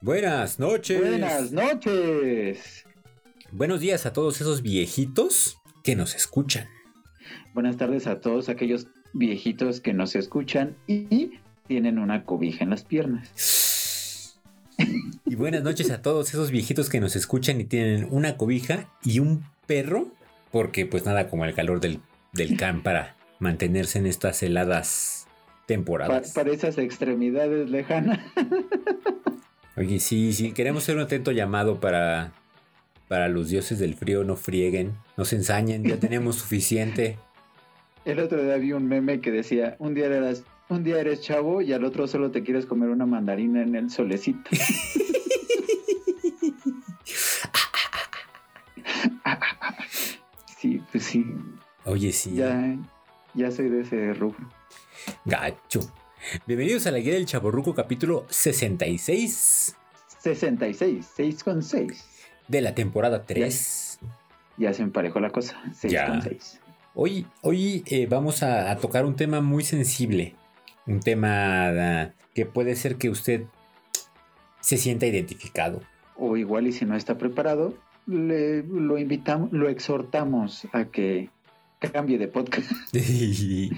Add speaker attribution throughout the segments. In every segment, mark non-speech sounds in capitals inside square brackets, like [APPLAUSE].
Speaker 1: buenas noches.
Speaker 2: Buenas noches.
Speaker 1: Buenos días a todos esos viejitos que nos escuchan.
Speaker 2: Buenas tardes a todos aquellos viejitos que nos escuchan y tienen una cobija en las piernas.
Speaker 1: Y buenas noches a todos esos viejitos que nos escuchan y tienen una cobija y un perro, porque pues nada como el calor del, del can para mantenerse en estas heladas
Speaker 2: Pa-
Speaker 1: temporadas.
Speaker 2: para esas extremidades lejanas. [LAUGHS]
Speaker 1: Oye, sí, sí, queremos hacer un atento llamado para, para los dioses del frío, no frieguen, no se ensañen, ya tenemos suficiente.
Speaker 2: El otro día vi un meme que decía, un día eras, un día eres chavo y al otro solo te quieres comer una mandarina en el solecito. [LAUGHS] sí, pues sí,
Speaker 1: Oye, sí,
Speaker 2: ya, ya soy de ese rubro.
Speaker 1: gacho. Bienvenidos a la guía del Chaborruco capítulo 66
Speaker 2: 66, 6 con 6.
Speaker 1: de la temporada 3.
Speaker 2: Ya se emparejó la cosa, 6
Speaker 1: Ya.
Speaker 2: con 6.
Speaker 1: Hoy, hoy eh, vamos a, a tocar un tema muy sensible, un tema da, que puede ser que usted se sienta identificado. [LAUGHS]
Speaker 2: O igual y si no está preparado, le- lo invitamos, lo exhortamos a que cambie de podcast. [LAUGHS]
Speaker 1: y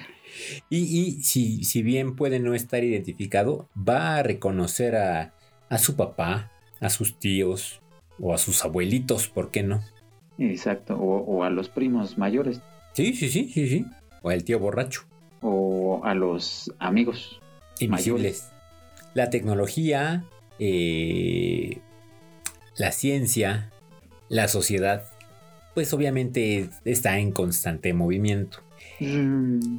Speaker 1: y si, si bien puede no estar identificado, va a reconocer a, a su papá, a sus tíos o a sus abuelitos, ¿por qué no?
Speaker 2: Exacto, o, o a los primos mayores,
Speaker 1: Sí, sí, sí, sí, sí. O al tío borracho.
Speaker 2: o a los amigos.
Speaker 1: Invisibles. La tecnología, eh, la ciencia, la sociedad, pues obviamente está en constante movimiento.
Speaker 2: Zoom,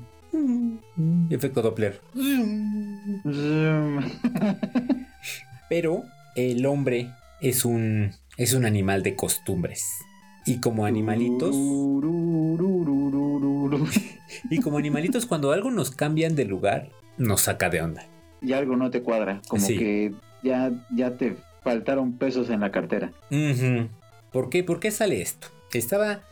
Speaker 1: Efecto Doppler.
Speaker 2: zoom.
Speaker 1: Pero el hombre es un, es un animal de costumbres. Y como animalitos,
Speaker 2: Uh. Turururururururu.
Speaker 1: y como animalitos cuando algo nos cambian de lugar, nos saca de onda.
Speaker 2: [LAUGHS] Y algo no te cuadra, como
Speaker 1: Sí.
Speaker 2: que ya, ya te faltaron pesos en la cartera.
Speaker 1: Ujú. ¿Por qué? ¿Por qué sale esto? Estaba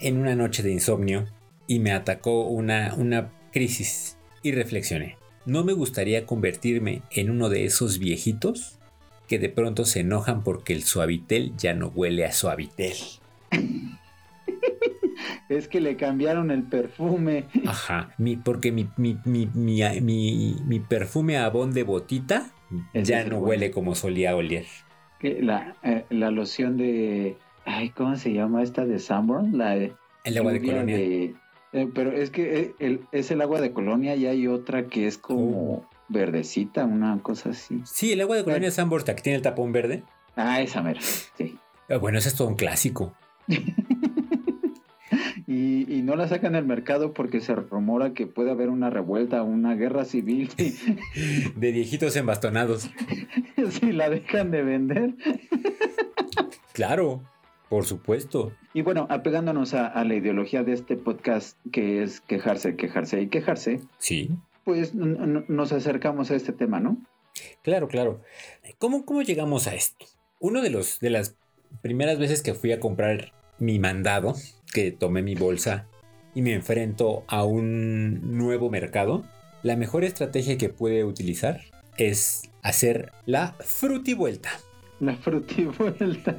Speaker 1: en una noche de insomnio y me atacó una, una crisis y reflexioné. No me gustaría convertirme en uno de esos viejitos que de pronto se enojan porque el suavitel ya no huele a
Speaker 2: [LAUGHS]
Speaker 1: suavitel.
Speaker 2: Es que le cambiaron el perfume. [LAUGHS]
Speaker 1: Ajá, mi- porque mi, mi, mi, mi, mi- mi perfume a abón de botita
Speaker 2: Ese
Speaker 1: ya
Speaker 2: es el
Speaker 1: no
Speaker 2: bueno.
Speaker 1: huele como solía oler.
Speaker 2: que La, eh, la loción de... Ay, ¿cómo se llama esta de Sanborn? La de...
Speaker 1: El agua de
Speaker 2: lluvia
Speaker 1: colonia.
Speaker 2: de- eh, pero es que eh, el- es el agua de colonia y hay otra que es como
Speaker 1: Uh.
Speaker 2: verdecita, una cosa así.
Speaker 1: Sí, el agua de colonia Samborta que tiene el tapón verde.
Speaker 2: Ah, esa mera. Sí.
Speaker 1: Ah, Bueno, ese es todo un clásico.
Speaker 2: Y, y no la sacan al mercado porque se rumora que puede haber una revuelta, una guerra civil [LAUGHS] si,
Speaker 1: De viejitos embastonados.
Speaker 2: si la dejan de vender.
Speaker 1: Claro, por supuesto.
Speaker 2: Y bueno, apegándonos a, a la ideología de este podcast que es quejarse, quejarse y quejarse,
Speaker 1: Sí.
Speaker 2: pues n- n- nos acercamos a este tema, ¿no?
Speaker 1: Claro, claro. ¿Cómo, cómo llegamos a esto? Uno de los de las primeras veces que fui a comprar mi mandado, que tomé mi bolsa y me enfrento a un nuevo mercado, la mejor estrategia que pude utilizar es hacer la frutivuelta.
Speaker 2: La
Speaker 1: [LAUGHS]
Speaker 2: frutivuelta.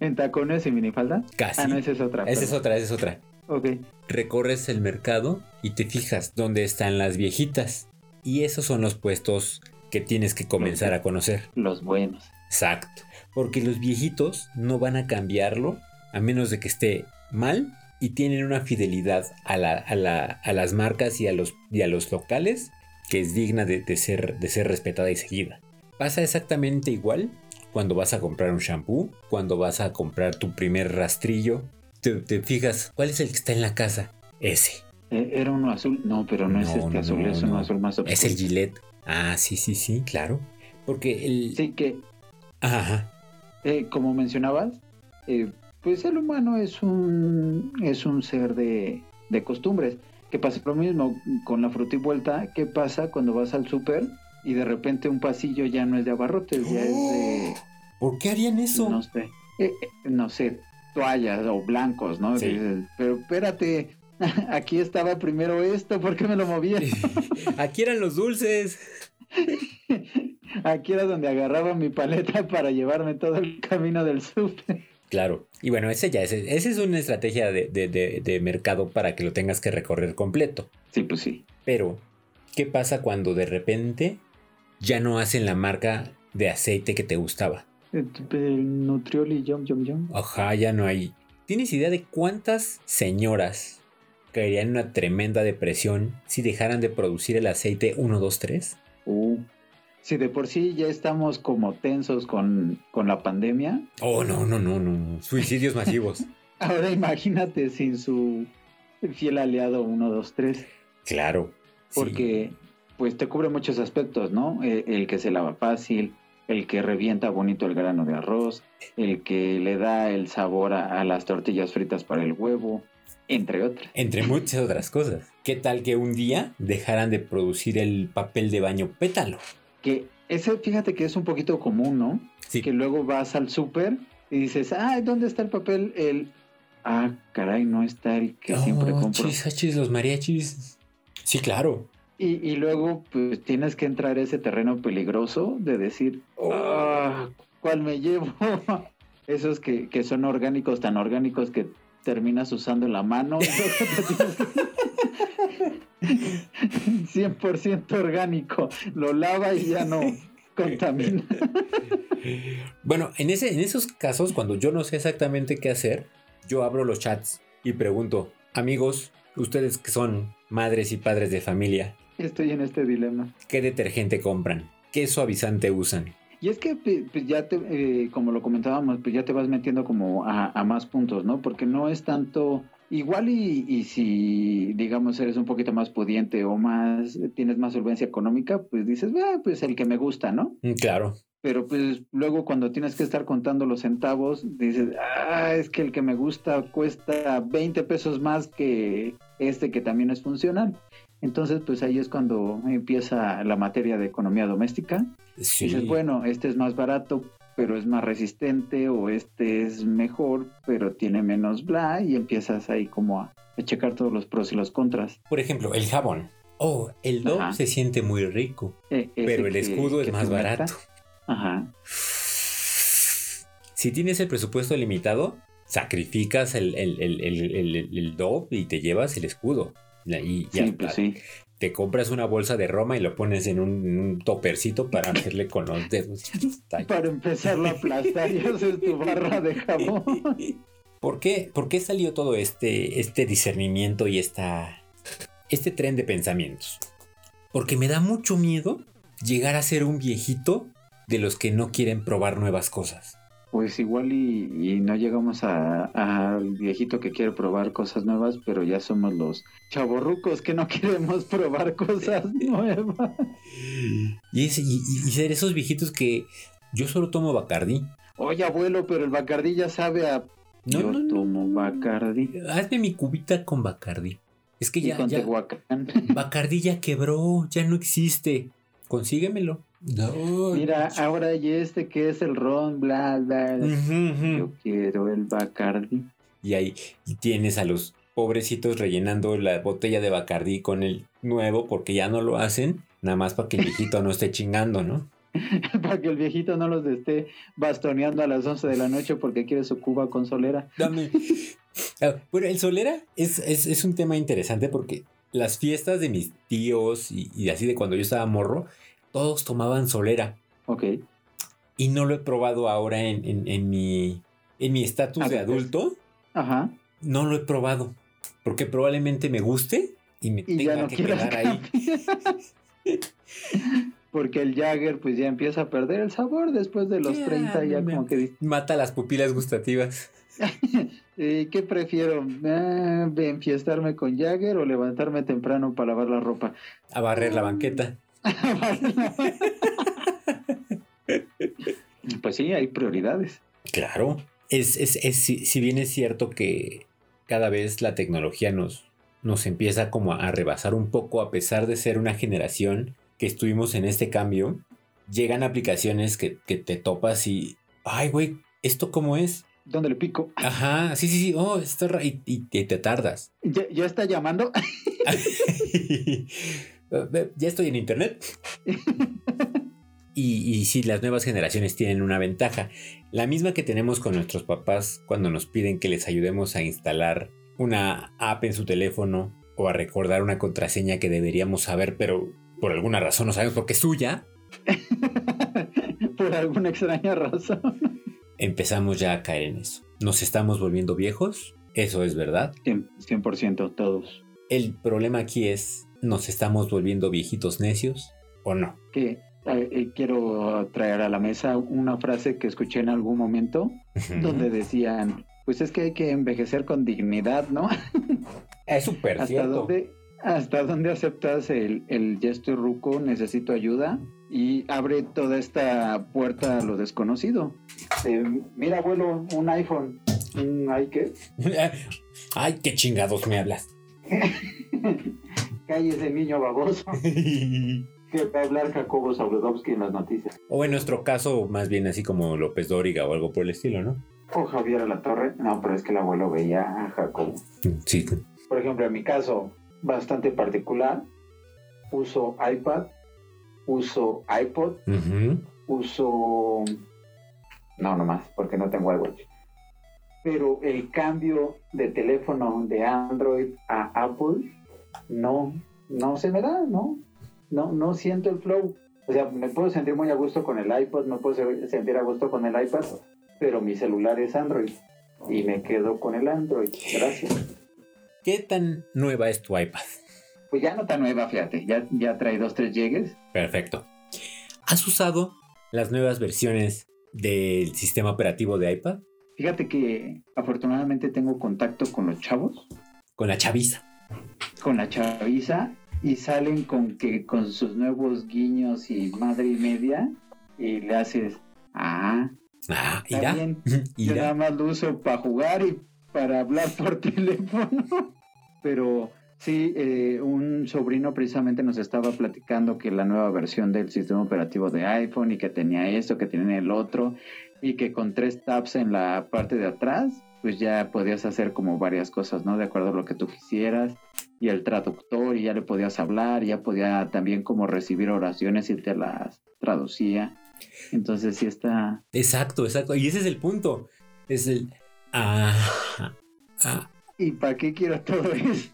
Speaker 2: ¿En tacones y minifalda?
Speaker 1: Casi.
Speaker 2: Ah, no, esa es otra.
Speaker 1: Esa es
Speaker 2: perdón.
Speaker 1: otra, esa es otra.
Speaker 2: Ok.
Speaker 1: recorres el mercado y te fijas dónde están las viejitas. Y esos son los puestos que tienes que comenzar a conocer.
Speaker 2: Los buenos.
Speaker 1: Exacto. Porque los viejitos no van a cambiarlo a menos de que esté mal y tienen una fidelidad a, la- a la- a las marcas y a los, y a los locales que es digna de, de ser, de ser respetada y seguida. Pasa exactamente igual cuando vas a comprar un shampoo, cuando vas a comprar tu primer rastrillo. Te, te fijas, ¿cuál es el que está en la casa? Ese.
Speaker 2: Eh, era uno azul. No, pero no, es
Speaker 1: No,
Speaker 2: este
Speaker 1: no,
Speaker 2: azul,
Speaker 1: no,
Speaker 2: es uno
Speaker 1: no.
Speaker 2: azul más oscuro.
Speaker 1: Es el Gillette. Ah, sí, sí, sí, claro. Porque el...
Speaker 2: Sí, que
Speaker 1: Ajá.
Speaker 2: Eh, como mencionabas, eh, pues el humano es un, es un ser de, de costumbres. Que pasa lo mismo con la fruta y vuelta. ¿Qué pasa cuando vas al súper y de repente un pasillo ya no es de abarrotes, ya
Speaker 1: ¡Oh!
Speaker 2: es
Speaker 1: ¿Por qué harían
Speaker 2: de,
Speaker 1: eso?
Speaker 2: no sé, eh, eh, no sé, toallas o blancos, ¿no?
Speaker 1: Sí.
Speaker 2: Dices, Pero espérate, [LAUGHS] aquí estaba primero esto, ¿por qué me lo movía?
Speaker 1: [LAUGHS] Aquí eran los dulces.
Speaker 2: [LAUGHS] Aquí era donde agarraba mi paleta para llevarme todo el camino del súper.
Speaker 1: Claro. Y bueno, ese ya es, esa es una estrategia de, de- de- de mercado para que lo tengas que recorrer completo.
Speaker 2: Sí, pues sí.
Speaker 1: Pero, ¿qué pasa cuando de repente ya no hacen la marca de aceite que te gustaba?
Speaker 2: El Nutrioli, Yum Yum Yum.
Speaker 1: Ajá, ya no hay. ¿Tienes idea de cuántas señoras caerían en una tremenda depresión si dejaran de producir el aceite 1, 2, 3?
Speaker 2: Uh. Si de por sí ya estamos como tensos con, con la pandemia,
Speaker 1: Oh, no, no, no, no. Suicidios masivos.
Speaker 2: ahora imagínate sin su fiel aliado 1, 2, 3.
Speaker 1: [LAUGHS] claro. sí.
Speaker 2: porque pues te cubre muchos aspectos, ¿no? Eh, El, que se lava fácil, el que revienta bonito el grano de arroz, el que le da el sabor a, a las tortillas fritas para el huevo, entre otras.
Speaker 1: Entre muchas otras cosas. ¿Qué tal que un día dejaran de producir el papel de baño pétalo?
Speaker 2: Que ese, fíjate que es un poquito común, ¿no?
Speaker 1: Sí.
Speaker 2: Que luego vas al súper y dices, ah, ¿dónde está el papel? El, ah, caray, no está el que
Speaker 1: Oh,
Speaker 2: siempre compro.
Speaker 1: chis, achis, los mariachis. Sí, claro.
Speaker 2: Y, y luego pues tienes que entrar a ese terreno peligroso de decir, "Ah, ¿cuál me llevo? [LAUGHS] Esos que, que son orgánicos, tan orgánicos que terminas usando la mano. [LAUGHS] y luego te tienes que- 100% orgánico, lo lava y ya no contamina. [LAUGHS]
Speaker 1: Bueno, en, ese, en esos casos, cuando yo no sé exactamente qué hacer, yo abro los chats y pregunto, amigos, ustedes que son madres y padres de familia,
Speaker 2: Estoy en este dilema.
Speaker 1: ¿qué detergente compran? ¿Qué suavizante usan?
Speaker 2: Y es que pe- pues, ya te, eh, como lo comentábamos, pues ya te vas metiendo como a, a más puntos, ¿no? Porque no es tanto igual y, y si digamos eres un poquito más pudiente o más tienes más solvencia económica, pues dices, "Ah, pues el que me gusta, ¿no?
Speaker 1: Mm, Claro,
Speaker 2: Pero pues luego cuando tienes que estar contando los centavos, dices, ah, es que el que me gusta cuesta 20 pesos más que este que también es funcional. Entonces, pues ahí es cuando empieza la materia de economía doméstica.
Speaker 1: sí.
Speaker 2: Dices, bueno, este es más barato, pero es más resistente, o este es mejor, pero tiene menos bla, y empiezas ahí como a, a checar todos los pros y los contras.
Speaker 1: Por ejemplo, el jabón. Oh, el Dove
Speaker 2: Ajá.
Speaker 1: se siente muy rico,
Speaker 2: Eh, ese
Speaker 1: pero el
Speaker 2: que-
Speaker 1: escudo
Speaker 2: que
Speaker 1: es más
Speaker 2: te mata.
Speaker 1: barato.
Speaker 2: Ajá.
Speaker 1: Si tienes el presupuesto limitado, sacrificas el, el, el, el- el- el- el Dove y te llevas el escudo. La- Y, y
Speaker 2: Sí,
Speaker 1: hasta
Speaker 2: pues sí.
Speaker 1: te compras una bolsa de Roma y lo pones en un, en un topercito para hacerle con los dedos. Está-
Speaker 2: Para empezar la aplastar y haces tu barra
Speaker 1: [LAUGHS]
Speaker 2: de jabón.
Speaker 1: ¿Por qué, ¿Por qué salió todo este, este discernimiento y esta, este tren de pensamientos? Porque me da mucho miedo llegar a ser un viejito de los que no quieren probar nuevas cosas.
Speaker 2: Pues igual y, y no llegamos a- al viejito que quiere probar cosas nuevas, pero ya somos los chavorrucos que no [LAUGHS] queremos probar cosas
Speaker 1: [LAUGHS]
Speaker 2: nuevas.
Speaker 1: Y, es- y- y- y ser esos viejitos que yo solo tomo Bacardí.
Speaker 2: Oye, abuelo, pero el Bacardí ya sabe a
Speaker 1: No,
Speaker 2: Yo
Speaker 1: no, no,
Speaker 2: tomo
Speaker 1: no, no.
Speaker 2: Bacardí.
Speaker 1: Hazme mi cubita con Bacardí. Es que
Speaker 2: Y
Speaker 1: ya,
Speaker 2: con
Speaker 1: ya [LAUGHS]
Speaker 2: Tehuacán.
Speaker 1: Bacardí ya quebró, ya no existe. Consíguemelo. No.
Speaker 2: Mira, ahora hay este que es el ron, bla, bla. bla.
Speaker 1: Ujú, ujú.
Speaker 2: Yo quiero el Bacardi.
Speaker 1: Y ahí y tienes a los pobrecitos rellenando la botella de Bacardí con el nuevo porque ya no lo hacen, nada más para que el viejito no esté chingando, ¿no?
Speaker 2: Para que el viejito no los esté bastoneando a las 11 de la noche porque quiere su cuba con solera.
Speaker 1: Dame. Ah, Bueno, el solera es, es- es un tema interesante porque las fiestas de mis tíos y, y así de cuando yo estaba morro, todos tomaban solera.
Speaker 2: Ok.
Speaker 1: Y no lo he probado ahora en, en- en mi en mi estatus de
Speaker 2: Adultez.
Speaker 1: adulto.
Speaker 2: Ajá.
Speaker 1: No lo he probado. Porque probablemente me guste y me
Speaker 2: Y
Speaker 1: tenga
Speaker 2: ya no
Speaker 1: que
Speaker 2: quieras
Speaker 1: quedar ahí.
Speaker 2: Porque el Jagger pues ya empieza a perder el sabor después de los
Speaker 1: Ya,
Speaker 2: 30, ya
Speaker 1: no me-
Speaker 2: como que dice,
Speaker 1: Mata las pupilas gustativas.
Speaker 2: "Eh, ¿qué prefiero? Ah, ¿Enfiestarme con Jagger o levantarme temprano para lavar la ropa?
Speaker 1: A barrer la banqueta.
Speaker 2: [LAUGHS] pues Pero sí, hay prioridades.
Speaker 1: Claro. Es, es, es- si, si bien es cierto que cada vez la tecnología nos, nos empieza como a rebasar un poco, a pesar de ser una generación que estuvimos en este cambio, llegan aplicaciones que, que te topas y, ay, güey, ¿esto cómo es?
Speaker 2: ¿Dónde le pico?
Speaker 1: Ajá, sí, sí, sí, oh, esto, ra- y, y- y te tardas.
Speaker 2: ¿Ya, ya está llamando? [LAUGHS]
Speaker 1: [LAUGHS] ya estoy en internet. Y, y sí, las nuevas generaciones tienen una ventaja, la misma que tenemos con nuestros papás cuando nos piden que les ayudemos a instalar una app en su teléfono o a recordar una contraseña que deberíamos saber, pero por alguna razón no sabemos porque es suya.
Speaker 2: Por alguna extraña razón.
Speaker 1: Empezamos ya a caer en eso. ¿Nos estamos volviendo viejos? Eso es verdad.
Speaker 2: 100% todos.
Speaker 1: El problema aquí es, ¿nos estamos volviendo viejitos necios o no?
Speaker 2: Que eh, eh, quiero traer a la mesa una frase que escuché en algún momento donde decían, pues es que hay que envejecer con dignidad, ¿no?
Speaker 1: [LAUGHS] Es súper
Speaker 2: ¿Hasta
Speaker 1: cierto.
Speaker 2: dónde, hasta dónde aceptas el, el ya estoy ruco, necesito ayuda? Y abre toda esta puerta a lo desconocido. Eh, mira, abuelo, un iPhone. Mm, ¿Hay qué?
Speaker 1: Ay, qué chingados me
Speaker 2: [LAUGHS]
Speaker 1: hablas.
Speaker 2: Cállese, niño baboso. [LAUGHS] Que va a hablar Jacobo Zabludovsky en las noticias.
Speaker 1: o en nuestro caso, más bien así como López Dóriga o algo por el estilo, ¿no?
Speaker 2: O Javier Alatorre. No, pero es que el abuelo veía a Jacobo.
Speaker 1: Sí.
Speaker 2: Por ejemplo, en mi caso, bastante particular, uso iPad, uso iPod,
Speaker 1: Ujú.
Speaker 2: uso... No, nomás, porque no tengo iWatch. Pero el cambio de teléfono de Android a Apple, no, no se me da, ¿no? No, no siento el flow. O sea, me puedo sentir muy a gusto con el iPod, me puedo se- sentir a gusto con el iPad, pero mi celular es Android y me quedo con el Android. Gracias.
Speaker 1: ¿Qué tan nueva es tu iPad?
Speaker 2: Pues ya no tan nueva, fíjate. Ya, ya trae dos, tres llegues.
Speaker 1: Perfecto. ¿Has usado las nuevas versiones del sistema operativo de iPad?
Speaker 2: Fíjate que afortunadamente tengo contacto con los chavos,
Speaker 1: Con la chaviza.
Speaker 2: con la chaviza, y salen con que con sus nuevos guiños y madre y media, y le haces, ah,
Speaker 1: Ah,
Speaker 2: está
Speaker 1: irá.
Speaker 2: bien. Yo nada
Speaker 1: Irá.
Speaker 2: más lo uso para jugar y para hablar por [LAUGHS] teléfono. Pero sí, eh, un sobrino precisamente nos estaba platicando que la nueva versión del sistema operativo de iPhone y que tenía esto, que tenía el otro, y que con tres tabs en la parte de atrás, pues ya podías hacer como varias cosas, ¿no? De acuerdo a lo que tú quisieras. Y el traductor, y ya le podías hablar, y ya podía también como recibir oraciones y te las traducía. Entonces sí está,
Speaker 1: Exacto, exacto. Y ese es el punto. Es el. Ah, ah,
Speaker 2: ¿Y para qué quiero todo [LAUGHS] eso?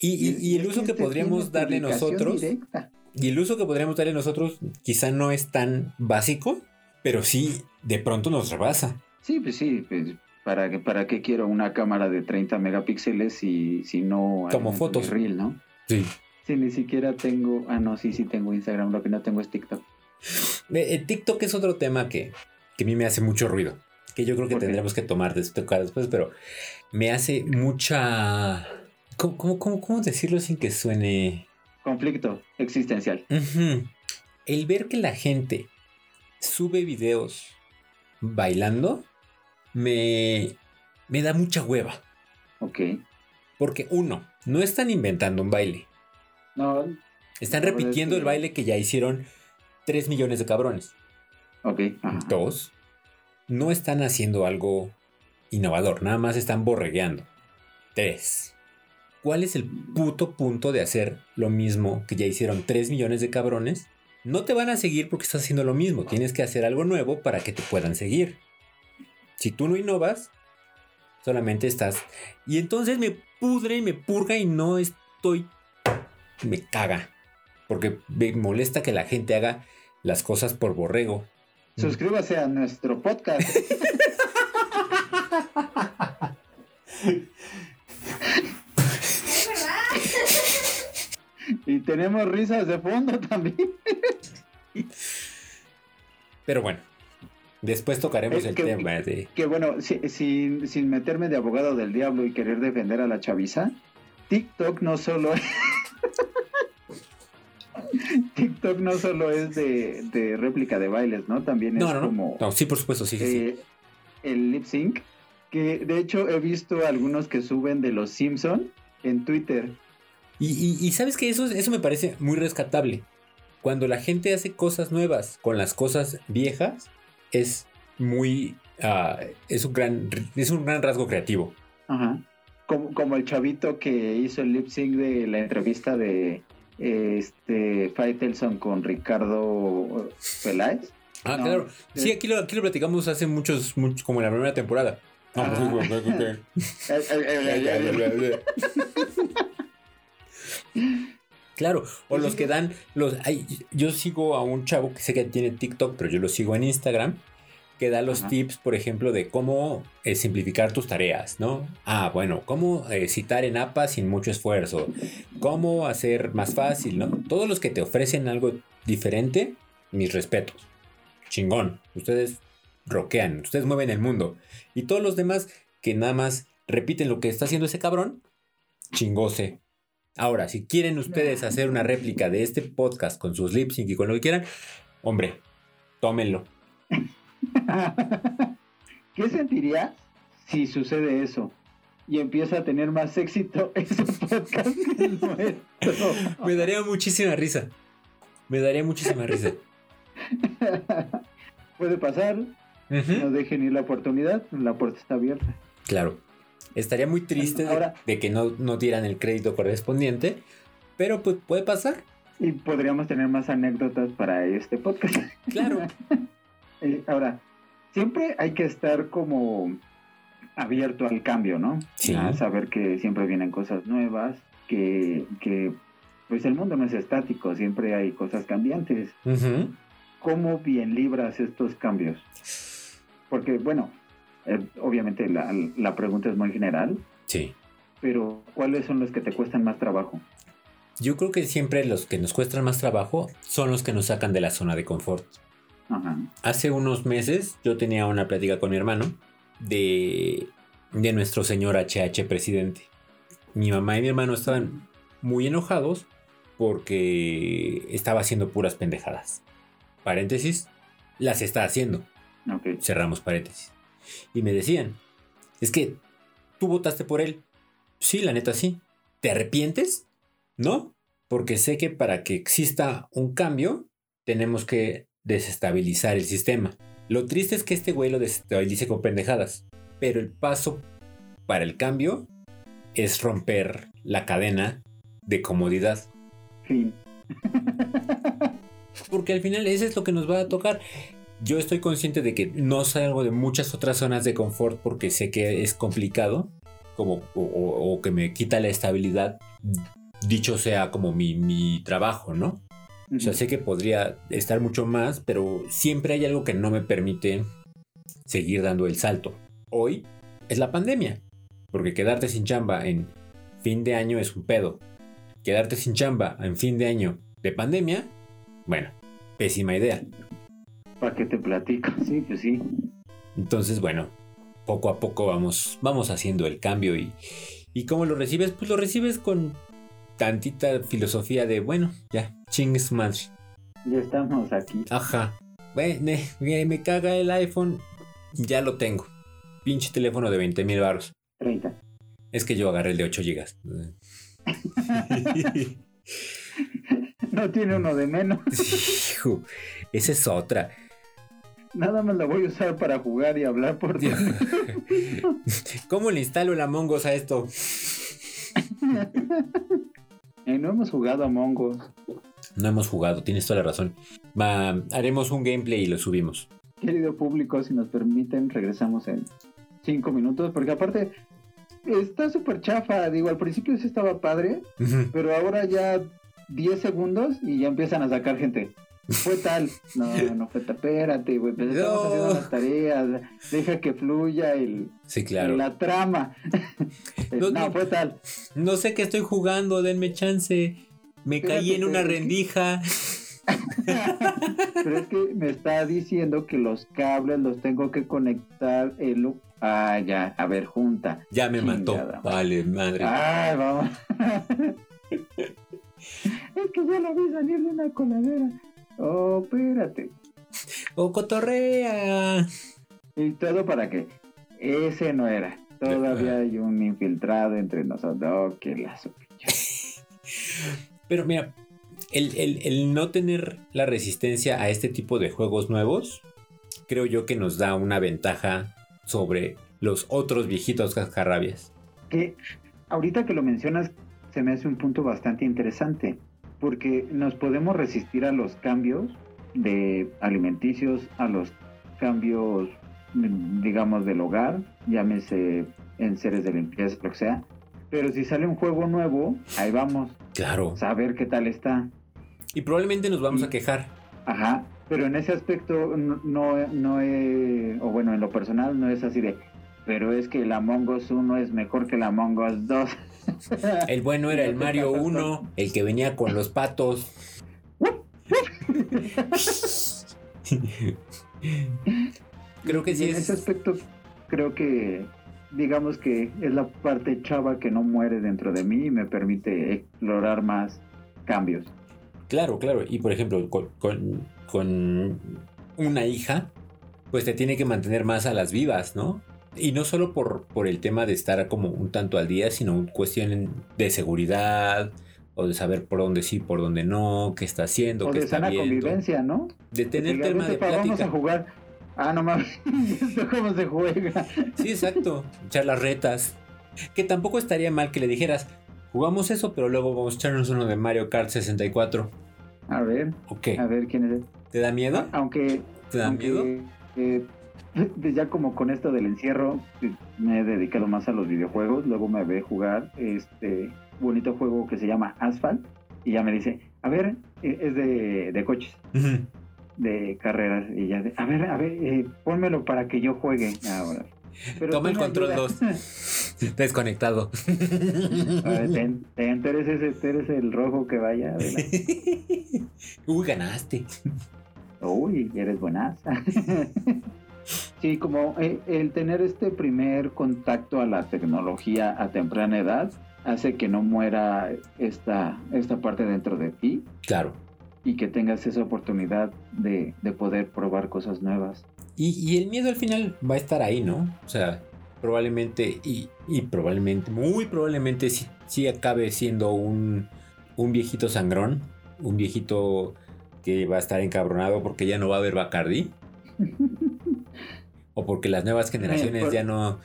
Speaker 1: Y, y- y el
Speaker 2: Es
Speaker 1: uso que
Speaker 2: este
Speaker 1: podríamos
Speaker 2: tiene
Speaker 1: darle
Speaker 2: publicación
Speaker 1: nosotros,
Speaker 2: directa.
Speaker 1: y el uso que podríamos darle nosotros quizá no es tan básico, pero sí de pronto nos rebasa.
Speaker 2: Sí, pues sí, pues, ¿para, qué- ¿para qué quiero una cámara de 30 megapíxeles si, si
Speaker 1: Tomo
Speaker 2: no... alimento mi
Speaker 1: fotos.
Speaker 2: Reel, ¿no?
Speaker 1: Sí.
Speaker 2: Si ni siquiera tengo... Ah, no, sí, sí tengo Instagram, lo que no tengo es TikTok.
Speaker 1: El Eh, TikTok es otro tema que, que a mí me hace mucho ruido, que yo creo que
Speaker 2: ¿Por qué?
Speaker 1: tendremos que tomar des- tocar después, pero me hace mucha... ¿Cómo, cómo, cómo- cómo decirlo sin que suene?
Speaker 2: Conflicto existencial.
Speaker 1: Ujú. El ver que la gente sube videos bailando me, me da mucha hueva.
Speaker 2: Ok.
Speaker 1: Porque uno, no están inventando un baile.
Speaker 2: No,
Speaker 1: Están
Speaker 2: La verdad
Speaker 1: repitiendo
Speaker 2: es que-
Speaker 1: el baile que ya hicieron 3 millones de cabrones.
Speaker 2: ok. ajá.
Speaker 1: Dos, no están haciendo algo innovador, nada más están borregueando. Tres, ¿cuál es el puto punto de hacer lo mismo que ya hicieron 3 millones de cabrones? No te van a seguir porque estás haciendo lo mismo. Tienes que hacer algo nuevo para que te puedan seguir. Si tú no innovas, solamente estás. Y entonces me pudre y me purga y no estoy. Me caga. Porque me molesta que la gente haga las cosas por borrego.
Speaker 2: Suscríbase a
Speaker 1: [LAUGHS]
Speaker 2: nuestro podcast. [LAUGHS] y tenemos risas de fondo también.
Speaker 1: Pero bueno, después tocaremos
Speaker 2: Es
Speaker 1: el
Speaker 2: que-
Speaker 1: tema de.
Speaker 2: Que bueno, si- sin, sin meterme de abogado del diablo y querer defender a la chaviza, TikTok no solo [LAUGHS] TikTok no solo es de, de réplica de bailes, ¿no? También es
Speaker 1: No, no, no.
Speaker 2: como
Speaker 1: No, sí, por supuesto, sí, sí, sí.
Speaker 2: eh, el lip sync. Que de hecho he visto algunos que suben de los Simpson en Twitter.
Speaker 1: Y, y- y sabes que eso, eso me parece muy rescatable. Cuando la gente hace cosas nuevas con las cosas viejas, es muy. ah, es, un gran, es un gran rasgo creativo.
Speaker 2: Ajá. Como, como el chavito que hizo el lip sync de la entrevista de eh, este Faitelson con Ricardo Peláez.
Speaker 1: Ah,
Speaker 2: No.
Speaker 1: claro. Sí, aquí lo, aquí lo platicamos hace muchos, muchos, como en la primera temporada. No, pues,
Speaker 2: Ah. [LAUGHS]
Speaker 1: güey, güey, güey.
Speaker 2: Eh, eh, eh, eh,
Speaker 1: Claro, o los que dan los ay, yo sigo a un chavo que sé que tiene TikTok, pero yo lo sigo en Instagram, que da los
Speaker 2: Ajá.
Speaker 1: tips, por ejemplo, de cómo eh, simplificar tus tareas, ¿no? Ah, bueno, cómo eh, citar en APA sin mucho esfuerzo, cómo hacer más fácil, ¿no? Todos los que te ofrecen algo diferente, mis respetos. Chingón, ustedes roquean, ustedes mueven el mundo. Y todos los demás que nada más repiten lo que está haciendo ese cabrón, chingose. Ahora, si quieren ustedes hacer una réplica de este podcast con sus lip sync y con lo que quieran, hombre, tómenlo.
Speaker 2: [LAUGHS] ¿Qué sentirías si sucede eso? Y empieza a tener más éxito [LAUGHS] ese podcast que el nuestro. [LAUGHS]
Speaker 1: Me daría muchísima risa. Me daría [LAUGHS] muchísima risa.
Speaker 2: Puede pasar,
Speaker 1: Ujú,
Speaker 2: no dejen ir la oportunidad, la puerta está abierta.
Speaker 1: Claro. Estaría muy triste de-
Speaker 2: Ahora-
Speaker 1: de, que no, no dieran el crédito correspondiente, pero pues puede pasar.
Speaker 2: Y podríamos tener más anécdotas para este podcast.
Speaker 1: [LAUGHS] Claro.
Speaker 2: Eh, ahora, siempre hay que estar como abierto al cambio, ¿no?
Speaker 1: Sí.
Speaker 2: A saber que siempre vienen cosas nuevas, que, que pues el mundo no es estático, siempre hay cosas cambiantes.
Speaker 1: Ujú.
Speaker 2: ¿Cómo bien libras estos cambios? Porque, bueno, eh, obviamente la, la pregunta es muy general,
Speaker 1: Sí.
Speaker 2: pero ¿cuáles son los que te cuestan más trabajo?
Speaker 1: Yo creo que siempre los que nos cuestan más trabajo son los que nos sacan de la zona de confort.
Speaker 2: Ajá.
Speaker 1: Hace unos meses yo tenía una plática con mi hermano de, de nuestro señor HH presidente. Mi mamá y mi hermano estaban muy enojados porque estaba haciendo puras pendejadas. Paréntesis, las está haciendo.
Speaker 2: Ok.
Speaker 1: Cerramos paréntesis. Y me decían, es que tú votaste por él. Sí, la neta sí. ¿Te arrepientes? No, porque sé que para que exista un cambio, tenemos que desestabilizar el sistema. Lo triste es que este güey lo desestabilice con pendejadas, pero el paso para el cambio es romper la cadena de comodidad.
Speaker 2: Fin.
Speaker 1: Porque al final eso es lo que nos va a tocar. Yo estoy consciente de que no salgo de muchas otras zonas de confort porque sé que es complicado, como, o, o- o que me quita la estabilidad, dicho sea como mi, mi trabajo, ¿no? O sea, sé que podría estar mucho más, pero siempre hay algo que no me permite seguir dando el salto. Hoy es la pandemia, porque quedarte sin chamba en fin de año es un pedo. Quedarte sin chamba en fin de año de pandemia, bueno, pésima idea.
Speaker 2: ¿Para qué te platico? Sí, pues sí.
Speaker 1: Entonces, bueno, poco a poco vamos, vamos haciendo el cambio y, y cómo lo recibes, pues lo recibes con tantita filosofía de, bueno, ya, chingue su madre.
Speaker 2: Ya estamos aquí.
Speaker 1: Ajá. [LAUGHS] Güey, ne- güey, me caga el iPhone. Ya lo tengo. Pinche teléfono de 20 mil baros.
Speaker 2: 30.
Speaker 1: Es que yo agarré el de 8 gigas.
Speaker 2: No tiene uno de menos.
Speaker 1: Hijo, esa es otra.
Speaker 2: Nada más la voy a usar para jugar y hablar por ti.
Speaker 1: ¿Cómo le instalo el Among Us a esto?
Speaker 2: [LAUGHS] Eh, no hemos jugado a Mongo.
Speaker 1: No hemos jugado, tienes toda la razón. Va, haremos un gameplay y lo
Speaker 2: [LAUGHS]
Speaker 1: subimos.
Speaker 2: Querido público, si nos permiten, regresamos en cinco minutos. Porque aparte, está súper chafa. Digo, al principio sí estaba padre,
Speaker 1: Ujú.
Speaker 2: pero ahora ya 10 segundos y ya empiezan a sacar gente. Fue tal. No, no fue tal. Espérate, güey. Pues estamos
Speaker 1: No.
Speaker 2: haciendo las tareas. Deja que fluya el,
Speaker 1: Sí, claro.
Speaker 2: la
Speaker 1: [LAUGHS]
Speaker 2: trama. [LAUGHS] Eh,
Speaker 1: No,
Speaker 2: no,
Speaker 1: no.
Speaker 2: fue tal.
Speaker 1: No sé qué estoy jugando, denme chance. Me caí
Speaker 2: Espérate,
Speaker 1: en una
Speaker 2: pero es que-
Speaker 1: rendija.
Speaker 2: Pero es que me está diciendo que los cables los tengo que conectar el... Ah, ya, a ver, junta.
Speaker 1: Ya me mató.
Speaker 2: Chingada.
Speaker 1: Vale, madre.
Speaker 2: Ay, vamos. [LAUGHS] Es que ya lo vi salir de una coladera. Oh, espérate.
Speaker 1: O cotorrea.
Speaker 2: ¿Y todo para qué? Ese no era. Todavía hay un infiltrado entre nosotros. Oh, que la su pinche.
Speaker 1: Pero mira, el, el- el no tener la resistencia a este tipo de juegos nuevos, creo yo que nos da una ventaja sobre los otros viejitos cascarrabias.
Speaker 2: Que ahorita que lo mencionas, se me hace un punto bastante interesante, porque nos podemos resistir a los cambios de alimenticios, a los cambios, mm, digamos, del hogar, llámese en seres de limpieza, lo que sea. Pero si sale un juego nuevo, ahí vamos,
Speaker 1: Claro.
Speaker 2: a ver qué tal está.
Speaker 1: Y probablemente nos vamos a quejar.
Speaker 2: Ajá, pero en ese aspecto no, no, no he- o bueno, en lo personal no es así de, pero es que el Among Us 1 es mejor que el Among Us 2.
Speaker 1: El bueno era el Mario 1, el que venía con los patos. Creo que sí
Speaker 2: en ese
Speaker 1: es.
Speaker 2: aspecto creo que, digamos que es la parte chava que no muere dentro de mí y me permite explorar más cambios.
Speaker 1: Claro, claro. Y por ejemplo, con, con- con una hija, pues te tiene que mantener más a las vivas, ¿no? Y no solo por, por el tema de estar como un tanto al día, sino cuestión de seguridad o de saber por dónde sí, por dónde no, qué está haciendo,
Speaker 2: o
Speaker 1: qué
Speaker 2: de
Speaker 1: está
Speaker 2: sana
Speaker 1: viendo.
Speaker 2: convivencia, ¿no?
Speaker 1: De tener
Speaker 2: Diga,
Speaker 1: tema
Speaker 2: "Vente,
Speaker 1: de
Speaker 2: pa, vamos a
Speaker 1: plática.
Speaker 2: jugar. Ah, no mames, [LAUGHS] ¿esto cómo se juega?
Speaker 1: Sí, exacto. Echar las retas. Que tampoco estaría mal que le dijeras, jugamos eso, pero luego vamos a echarnos uno de Mario Kart 64.
Speaker 2: A ver,
Speaker 1: ¿O qué?
Speaker 2: a ver quién es. el-
Speaker 1: ¿Te da miedo?
Speaker 2: Aunque
Speaker 1: ¿Te da
Speaker 2: Aunque,
Speaker 1: miedo?
Speaker 2: Mm, eh, ya como con esto del encierro, eh, me he dedicado más a los videojuegos. Luego me ve jugar este bonito juego que se llama Asphalt. Y ya me dice, a ver, eh, es de, de coches,
Speaker 1: Ujú.
Speaker 2: de carreras. Y ya, de, a ver, a ver, eh, pónmelo para que yo juegue ahora. Pero
Speaker 1: Toma
Speaker 2: tú
Speaker 1: el
Speaker 2: me
Speaker 1: control
Speaker 2: ayudas.
Speaker 1: 2. Desconectado.
Speaker 2: [LAUGHS] A ver, te, te- tú eres ese, tú eres el rojo
Speaker 1: [LAUGHS]
Speaker 2: que vaya. adelante.
Speaker 1: [LAUGHS] Uy, ganaste.
Speaker 2: Uy, eres buenaza. [LAUGHS] sí, como eh, el tener este primer contacto a la tecnología a temprana edad hace que no muera esta, esta parte dentro de ti
Speaker 1: Claro.
Speaker 2: y que tengas esa oportunidad de, de poder probar cosas nuevas.
Speaker 1: Y, y el miedo al final va a estar ahí, ¿no? O sea, probablemente, y, y probablemente, muy probablemente sí, sí acabe siendo un, un viejito sangrón, un viejito que va a estar encabronado porque ya no va a haber Bacardi, o porque las nuevas generaciones
Speaker 2: por-
Speaker 1: ya no,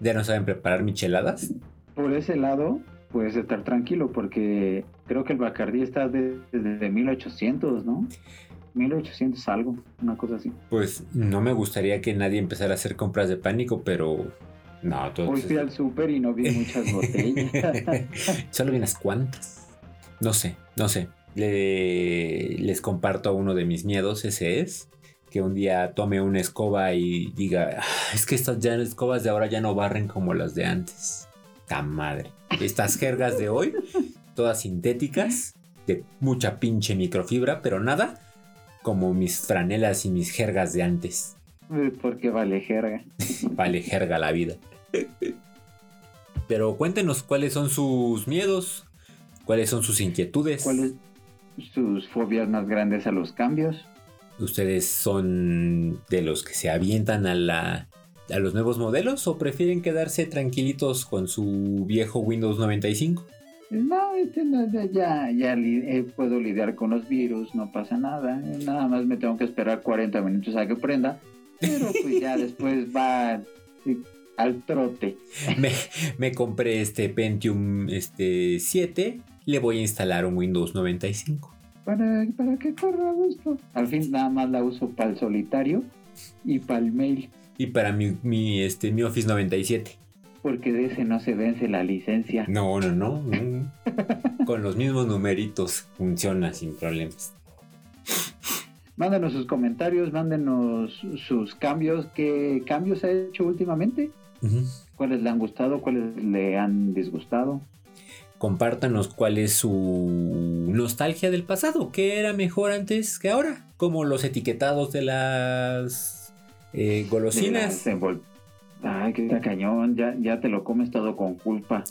Speaker 1: ya no saben preparar micheladas.
Speaker 2: Por ese lado, puedes estar tranquilo porque creo que el Bacardí está de- desde 1800, ¿no? 1800 algo, una cosa así.
Speaker 1: Pues no me gustaría que nadie empezara a hacer compras de pánico, pero no,
Speaker 2: Hoy
Speaker 1: entonces... [LAUGHS]
Speaker 2: fui al súper y no vi muchas botellas. [LAUGHS]
Speaker 1: Solo vi unas cuantas. No sé, no sé. Le- les comparto uno de mis miedos, ese es. Que un día tome una escoba y diga, "Ah, es que estas ya- escobas de ahora ya no barren como las de antes. ¡Ta madre! Estas jergas de hoy, todas sintéticas, de mucha pinche microfibra, pero nada como mis franelas y mis jergas de antes.
Speaker 2: Porque vale jerga.
Speaker 1: Vale jerga la vida. Pero cuéntenos cuáles son sus miedos, cuáles son sus inquietudes.
Speaker 2: ¿Cuáles sus fobias más grandes a los cambios?
Speaker 1: ¿Ustedes son de los que se avientan a, la, a los nuevos modelos o prefieren quedarse tranquilitos con su viejo Windows 95?
Speaker 2: No, este no, ya- ya, ya li- eh, puedo lidiar con los virus, no pasa nada. eh, Nada más me tengo que esperar 40 minutos a que prenda. Pero pues ya después va eh, al trote.
Speaker 1: Me, me compré este Pentium este, 7, le voy a instalar un Windows 95.
Speaker 2: ¿Para, para que corra a gusto? Al fin nada más la uso para el solitario y para el mail.
Speaker 1: Y para mi, mi, este, mi Office 97.
Speaker 2: Porque de ese no se vence la licencia.
Speaker 1: No, no, no. no. Con los mismos numeritos funciona sin problemas.
Speaker 2: Mándenos sus comentarios, mándenos sus cambios. ¿Qué cambios ha hecho últimamente?
Speaker 1: Ujú.
Speaker 2: cuáles le han gustado, cuáles le han disgustado.
Speaker 1: Compártanos cuál es su nostalgia del pasado, qué era mejor antes que ahora, como los etiquetados de las eh, golosinas.
Speaker 2: Las envol- Ay, qué
Speaker 1: [LAUGHS]
Speaker 2: está cañón, ya, ya te lo comes todo con culpa.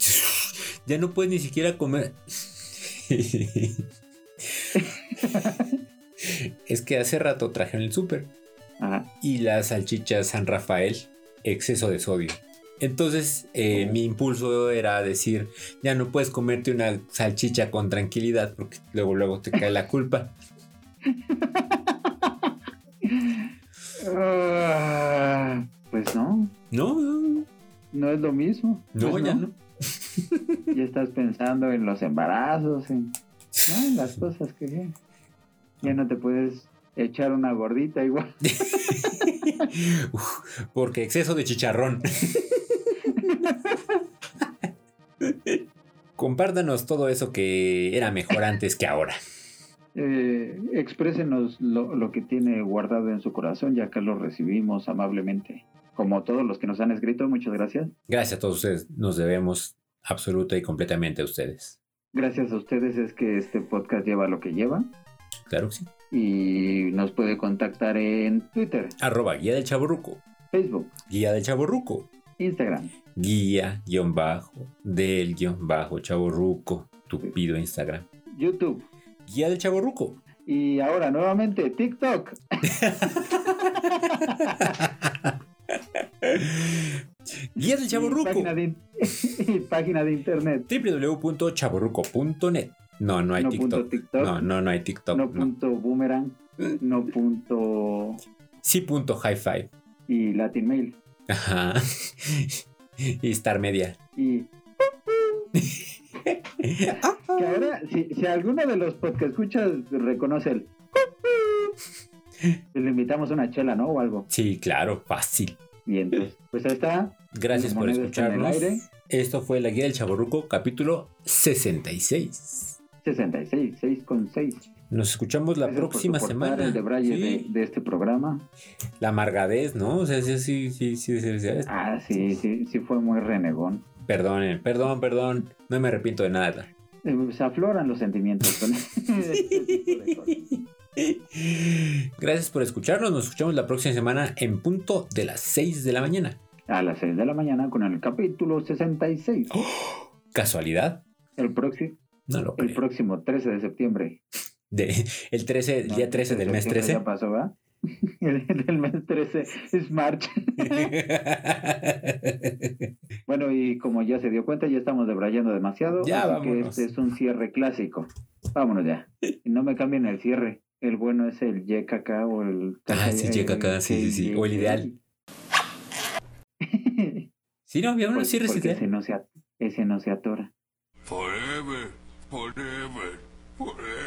Speaker 1: Ya no puedes ni siquiera comer. es que hace rato traje en el súper
Speaker 2: Ajá.
Speaker 1: y las salchichas San Rafael, exceso de sodio. Entonces, eh, mi impulso era decir, ya no puedes comerte una salchicha con tranquilidad porque luego luego te cae la culpa.
Speaker 2: Ah, pues no,
Speaker 1: No, no,
Speaker 2: no es lo mismo.
Speaker 1: no,
Speaker 2: Pues
Speaker 1: ya no.
Speaker 2: [LAUGHS] Ya estás pensando en los embarazos, en ¿no?
Speaker 1: [LAUGHS]
Speaker 2: en las cosas que ya no te puedes echar una gordita igual. [LAUGHS]
Speaker 1: Uf, porque exceso de chicharrón. Compártanos todo eso que era mejor antes que ahora.
Speaker 2: Eh, exprésenos lo, lo que tiene guardado en su corazón, ya que lo recibimos amablemente. Como todos los que nos han escrito, muchas gracias.
Speaker 1: Gracias a todos ustedes, nos debemos absoluta y completamente a ustedes.
Speaker 2: Gracias a ustedes es que este podcast lleva lo que lleva
Speaker 1: Claro que sí.
Speaker 2: y nos puede contactar en Twitter,
Speaker 1: Arroba guía del chaborruco,
Speaker 2: Facebook,
Speaker 1: guía del chaborruco,
Speaker 2: Instagram.
Speaker 1: guía guión bajo del guión bajo chaborruco, tupido Instagram.
Speaker 2: YouTube.
Speaker 1: Guía del chaborruco.
Speaker 2: Y ahora nuevamente TikTok.
Speaker 1: Guía del
Speaker 2: Y
Speaker 1: chaborruco.
Speaker 2: página de, in- [LAUGHS] y página de internet.
Speaker 1: www.chaborruco.net. No, no hay
Speaker 2: no punto
Speaker 1: TikTok.
Speaker 2: TikTok.
Speaker 1: No, no, no hay TikTok.
Speaker 2: no
Speaker 1: no.
Speaker 2: punto boomerang. No punto
Speaker 1: Sí punto high five.
Speaker 2: y Latin Mail.
Speaker 1: Ajá. [LAUGHS] y Star Media.
Speaker 2: Y que ahora, si, si alguno de los podcast escuchas reconoce el [LAUGHS] le invitamos una chela, ¿no? O algo.
Speaker 1: Sí, claro, fácil.
Speaker 2: Y entonces, pues ahí está.
Speaker 1: Gracias
Speaker 2: Las
Speaker 1: por
Speaker 2: monedas están en el
Speaker 1: escucharnos.
Speaker 2: aire.
Speaker 1: Esto fue La Guía del Chaborruco, capítulo 66.
Speaker 2: 66, 6 con 6.
Speaker 1: Nos escuchamos la próxima semana.
Speaker 2: El debraye
Speaker 1: Sí,
Speaker 2: de, de este programa.
Speaker 1: La amargadez, ¿no? O sea, sí, sí, sí, sí, sí, sí.
Speaker 2: Ah, sí, sí, sí fue muy renegón.
Speaker 1: Perdonen, perdón, perdón. No me arrepiento de
Speaker 2: [LAUGHS]
Speaker 1: nada.
Speaker 2: Eh, se afloran los sentimientos con [LAUGHS] este tipo de cosas.
Speaker 1: Gracias por escucharnos. Nos escuchamos la próxima semana en punto de las 6 de la mañana.
Speaker 2: A las 6 de la mañana con el capítulo 66.
Speaker 1: Oh. ¿Casualidad?
Speaker 2: El, próximo
Speaker 1: No lo
Speaker 2: el
Speaker 1: creo.
Speaker 2: próximo 13 de septiembre.
Speaker 1: De- el 13, el día 13 del mes
Speaker 2: Septiembre
Speaker 1: 13.
Speaker 2: Ya pasó, ¿verdad? [LAUGHS] El del mes 13 es marcha. Bueno, y como ya se dio cuenta, ya estamos debrayando demasiado.
Speaker 1: Ya,
Speaker 2: así que
Speaker 1: vámonos.
Speaker 2: este es un cierre clásico. Vámonos ya. Y No me cambien el cierre. El bueno es el YKK o el...
Speaker 1: [LAUGHS] Ah, sí, YKK, sí, sí, sí. O el
Speaker 2: [LAUGHS]
Speaker 1: ideal. [LAUGHS] sí, no, había uno
Speaker 2: Pues,
Speaker 1: sí
Speaker 2: porque ese
Speaker 1: resiste.
Speaker 2: no se at- ese no se atora.
Speaker 3: Forever, forever, forever.